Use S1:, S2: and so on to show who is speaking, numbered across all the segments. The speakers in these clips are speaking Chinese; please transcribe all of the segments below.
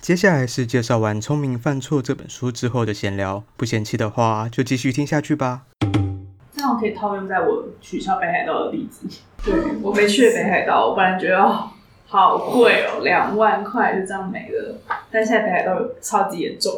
S1: 接下来是介绍完《聪明犯错》这本书之后的闲聊，不嫌弃的话就继续听下去吧。
S2: 这样可以套用在我取消北海道的例子。 对我没去北海道，我本来觉得哦好贵哦，两万块就这样没了，但现在北海道超级严重，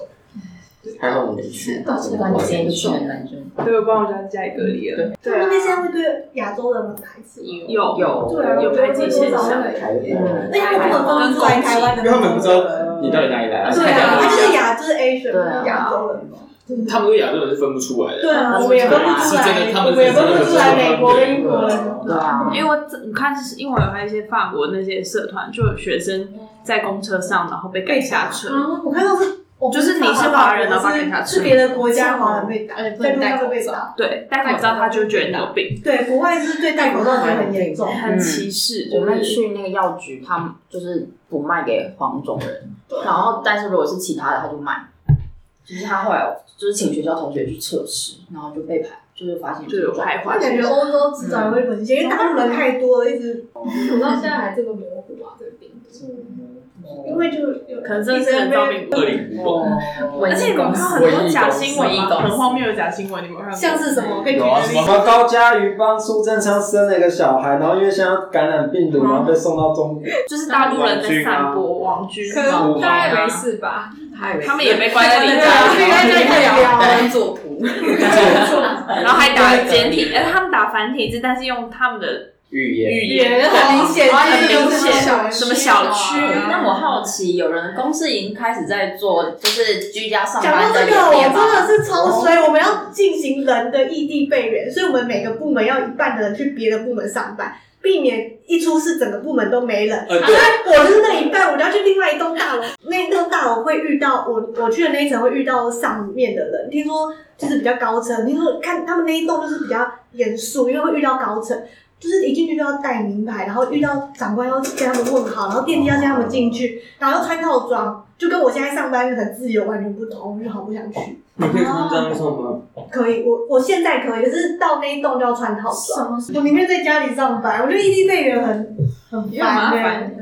S3: 还好我没去，
S4: 到这段时间就很难就
S2: 对，不然我就在家里隔离了。
S5: 他
S2: 对
S5: 们
S2: 啊
S5: 那，边现在会对亚洲人很排斥，
S2: 有
S3: 有
S5: 对啊，
S2: 有排挤现象
S3: 台湾，
S5: 而且他们不能分出来台湾的那
S3: 因为他
S5: 种
S3: 们不知道你到底哪里来啊，
S5: 对
S3: 看起来
S5: 啊，
S3: 不
S5: 他
S3: 一
S5: 就
S3: 样
S5: 是亚，就是 Asian，
S4: 对啊
S5: 亚洲人嘛。
S3: 他们对亚洲人是分不出来的，
S5: 对啊，我们也分不出
S3: 是真的他
S5: 来，我
S3: 们是
S5: 们也分不出来美国跟英国人。
S4: 对啊，
S2: 因为我你看，因为我有看一些法国那些社团，就有学生在公车上，然后被赶下车。
S5: 啊，我看到是，我
S2: 就是你哎是华人然后把人家
S5: 是
S2: 吃
S5: 是别的国家华人被打，
S6: 而且不
S5: 在
S6: 能
S5: 路
S6: 戴
S5: 上
S6: 口
S5: 会被
S6: 罩
S5: 打。
S2: 对，戴口罩他就觉得你有病，
S5: 对，国外是对戴口罩的人很严重，
S2: 很歧视。
S4: 我
S2: 就是
S4: 们去那个药局，他们就是不卖给黄种人，然后但是如果是其他的，他就卖。就是他后来就是请学校同学去测试，然后就被排，就是发现
S2: 就有
S4: 状
S2: 害
S4: 况
S2: 话
S5: 感觉欧洲至少也会沦陷，因为大陆人太多了，一直
S6: 我到现在还这么模糊啊，这个病毒。
S5: 因为就有
S2: 可能真的是人造病毒。
S3: 二零五懂。
S2: 而且你们看很多假新闻吗，很荒谬的假新闻，你们有看过？
S5: 像是什么？可以举
S7: 有
S5: 个
S7: 啊，
S5: 例
S7: 什
S5: 子
S7: 么高佳瑜帮苏贞昌生了一个小孩，然后因为现在感染病
S5: 嗯
S7: 毒，然后被送到中国。
S2: 就是大陆人在散播网剧，
S6: 可能大概没事吧，
S2: 他们也被关在里
S6: 啊，
S2: 家，
S6: 在家里当做仆。
S2: 然后还打简体，哎，他们打繁体字，但是用他们的
S7: 语言
S2: 语言，
S5: 很明显，
S2: 很
S5: 就
S2: 明
S5: 是
S2: 显，什么小区
S6: 对啊
S4: 哎那我好奇，有人公司已经开始在做，就是居家上
S5: 讲
S4: 班
S5: 到这
S4: 的
S5: 个，我
S4: 演
S5: 真
S4: 变
S5: 的
S4: 吗
S5: 是超衰。我们要进行人的异地备援，所以我们每个部门要一半的人去别的部门上班，避免一出事整个部门都没人。
S3: 呃，
S5: 所
S3: 对，
S5: 以我就是那一半，我就要去另外一栋大楼。那一栋大楼会遇到我，我去的那一层会遇到上面的人。听说就是比较高层，听说看他们那一栋就是比较严肃，因为会遇到高层，就是一进去就要带名牌，然后遇到长官要跟他们问好，然后电梯要叫他们进去，然后要穿套装，就跟我现在上班很自由完全不同，我就好不想去。
S7: 你可以看张上吗？
S5: 可以，我我现在可以，可是到那一栋就要穿套装。
S6: 么？
S5: 我宁愿在家里上班，我觉得异地备员很很
S6: 也很麻
S5: 烦欸
S6: 烦。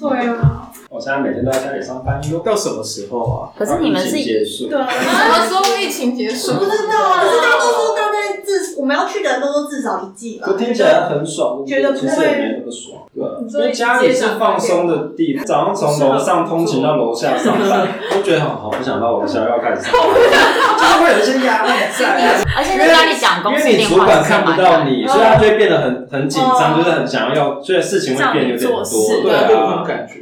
S5: 对啊，
S7: 我现在每天都在家里上班，到什么时候啊？
S4: 可是你们是
S7: 疫情结束，
S5: 对啊。
S6: 什么时候疫情结束？
S5: 不知道啊，可是大家都说大概至我们要去的人都说至少一季吧。
S7: 这听起来很爽，
S5: 觉得不会
S7: 其实也没那么爽，对啊
S6: 你
S7: 因
S6: 说
S7: 为家里是放松的地方，早上从楼上通勤到楼下 上班，都觉得好好，不想到楼下要干什么，就是会有一些压力在啊。
S4: 而且在家里讲
S7: 因
S4: 公司
S7: 为你
S4: 电
S7: 主
S4: 话
S7: 管
S4: 是
S7: 看
S4: 蛮
S7: 不
S4: 难
S7: 到
S4: 的。
S7: 你，所以他就会变得很很紧
S5: 哦
S7: 张，就是很想要，所以事情会变得有点
S2: 叫你做
S7: 多，
S2: 事
S7: 对
S2: 啊
S3: 大家都有这
S7: 啊
S3: 种，感觉。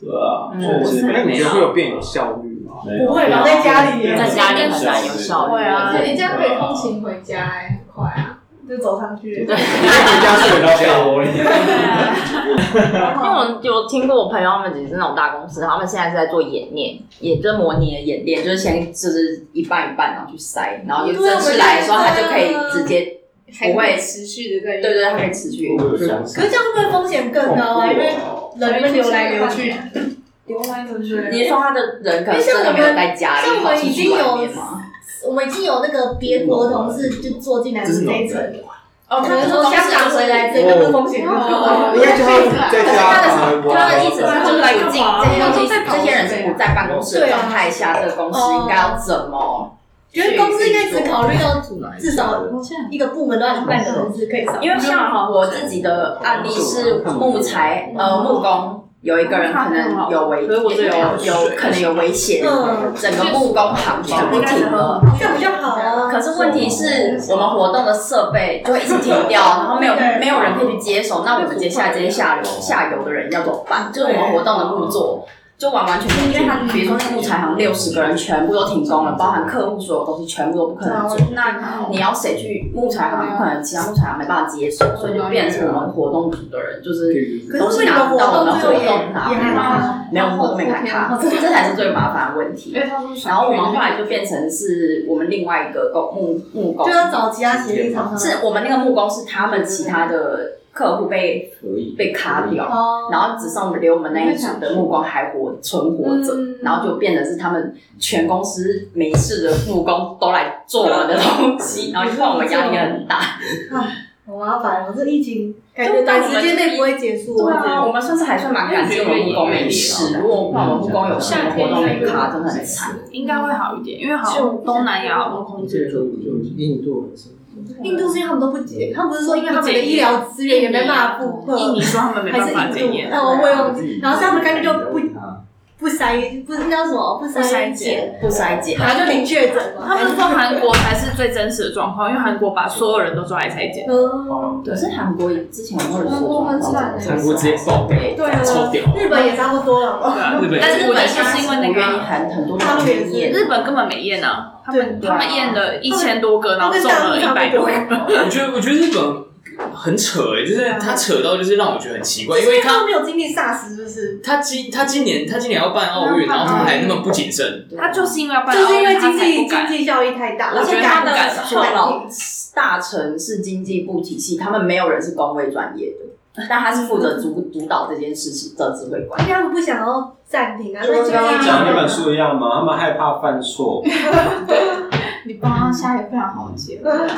S7: 对啊。
S4: 嗯
S7: 所以其实
S3: 那你
S7: 没
S3: 觉
S7: 有
S3: 得会有变有效率吗？
S7: 没有
S5: 不会吧在家里耶
S4: 在家里很难有效率。
S2: 对啊
S6: 你这样可以通勤回家，哎，很快啊。
S5: 就走上去，
S7: 因为
S4: 对
S7: 回家睡到下窝里。
S2: 啊
S4: 因为我有听过我朋友他们，只是那种大公司，他们现在是在做演练，也就是模拟的演练，就是先就是一半一半，然后去筛，然后就正式来的时候，他就可以直接，
S6: 还会持续的在
S4: 对对对，他可以持 续。
S5: 可是这样会不会风险更高啊？因
S7: 哦
S5: 为人们流来流去，
S2: 流来流去
S4: 你是说他的人可能真的没有在家里，跑出去外面吗？
S5: 我们已经有那个别国的同事就坐进来我们这一层，
S6: 哦，
S5: 他们从香港回来，这个风险更高。啊
S7: 应该就会在
S4: 哦他的
S7: 家
S4: 他的意思是，就是不进这些东西，这些人是不在办公室的
S5: 对啊
S4: 状态下，这个公司应该要怎么？
S5: 觉得公司应该只考虑到至少一个部门都要一半的人是可以上班，
S4: 因为像我自己的案例是木材，呃，木工有一个人可能有危，
S2: 可是我这里
S4: 有
S2: 还有水
S4: 有可能有危险，
S5: 嗯，
S4: 整个木工行全部停了。
S5: 这样比较好啊。
S4: 可是问题是我们活动的设备就一直停掉，然后没有没有人可以去接手，那我们接下来这些下游下游的人要怎么办？就是我们活动的木作。就完完全全，因为他比如说木材行六十个人全部都停工了，包含客户所有东西全部都不可能做。那你要谁去木材行？
S5: 啊
S4: 不可能，其他木材行没办法接手，所以就变成我们活动组的人就是
S5: 可是为什么活动最后也也还好？
S4: 没有活动没
S5: 哦
S4: 来卡，这才是最麻烦的问题。
S6: 因为他们
S4: 然后我们后来就变成是我们另外一个工木木工
S5: 就，要找其他协力厂商。
S4: 是我们那个木工是他们其他的客户被
S7: 可以
S4: 被卡掉，
S5: 哦，
S4: 然后只剩我们留我们那一组的木工还活存活
S5: 嗯
S4: 着，然后就变得是他们全公司没
S5: 嗯
S4: 事的木工都来做我们的东西，然后就让我们压力也很大。
S5: 好麻烦哦，这疫情感觉短时间内不会结束。
S4: 对啊，我们算是还算蛮感谢我们故宫没事。如果换我们故宫有什么活动没卡，真的很惨。
S2: 应该会好一点，因为好像东南亚好多空姐
S3: 就就印度人是
S5: 印度是因为他们都不解，他们不是说因为他们的医疗资源也没办法负
S2: 印尼
S5: 荷，
S2: 说他们没
S5: 还
S2: 办
S5: 是
S2: 法
S5: 印
S2: 检
S5: 度？
S2: 验，
S5: 那我会用然后他们干脆就不不筛，不是叫什么不
S4: 不筛
S5: 筛检，
S4: 检，不筛检，
S5: 然后就零确诊嘛。
S2: 他们说韩国才是最真实的状况，因为韩国把所有人都抓来裁剪。
S5: 嗯，
S4: 可是韩国之前有没有人说哦
S3: 韩国直接爆掉，
S4: 对
S5: 对啊
S3: 超屌，
S5: 日本也差不多了。
S2: 对啊
S3: 日本
S2: 但是
S4: 日
S2: 日
S4: 本
S2: 本
S4: 现
S2: 就
S4: 在
S2: 是因为那
S4: 原因
S2: 个
S4: 很很多都没验，
S2: 日本根本没验啊，他们
S4: 对
S2: 他们验了一千多个，然后
S5: 跟
S2: 中
S5: 大
S2: 了
S5: 陆
S2: 一
S5: 差
S2: 百
S5: 不
S2: 多
S5: 多
S2: 个。。
S3: 我觉得我觉得日本很扯哎，就是
S4: 啊
S3: 他扯到就是让我觉得很奇怪，因为
S5: 他
S3: 他
S5: 们没有经历 SARS，是不是？
S3: 他今他今年他今年要
S7: 嗯
S3: 办奥运，然后他还那么不谨慎，
S2: 他就是因为要办
S5: 就
S2: 奥
S5: 是因为
S2: 运，他
S5: 经
S2: 才
S5: 济
S2: 不
S5: 经
S2: 敢。
S5: 济效益太大，
S4: 而且
S5: 他
S4: 他的
S2: 啊
S4: 首脑大臣是经济部体系，他们没有人是工位专业的，但他是负责主主导这件事情的指挥官。
S5: 他们哎不想要暂停啊，
S7: 就
S5: 那
S7: 跟刚刚讲那本
S5: 本
S7: 书一样嘛，他们害怕犯错，
S6: 你帮他下一个非常好的结论。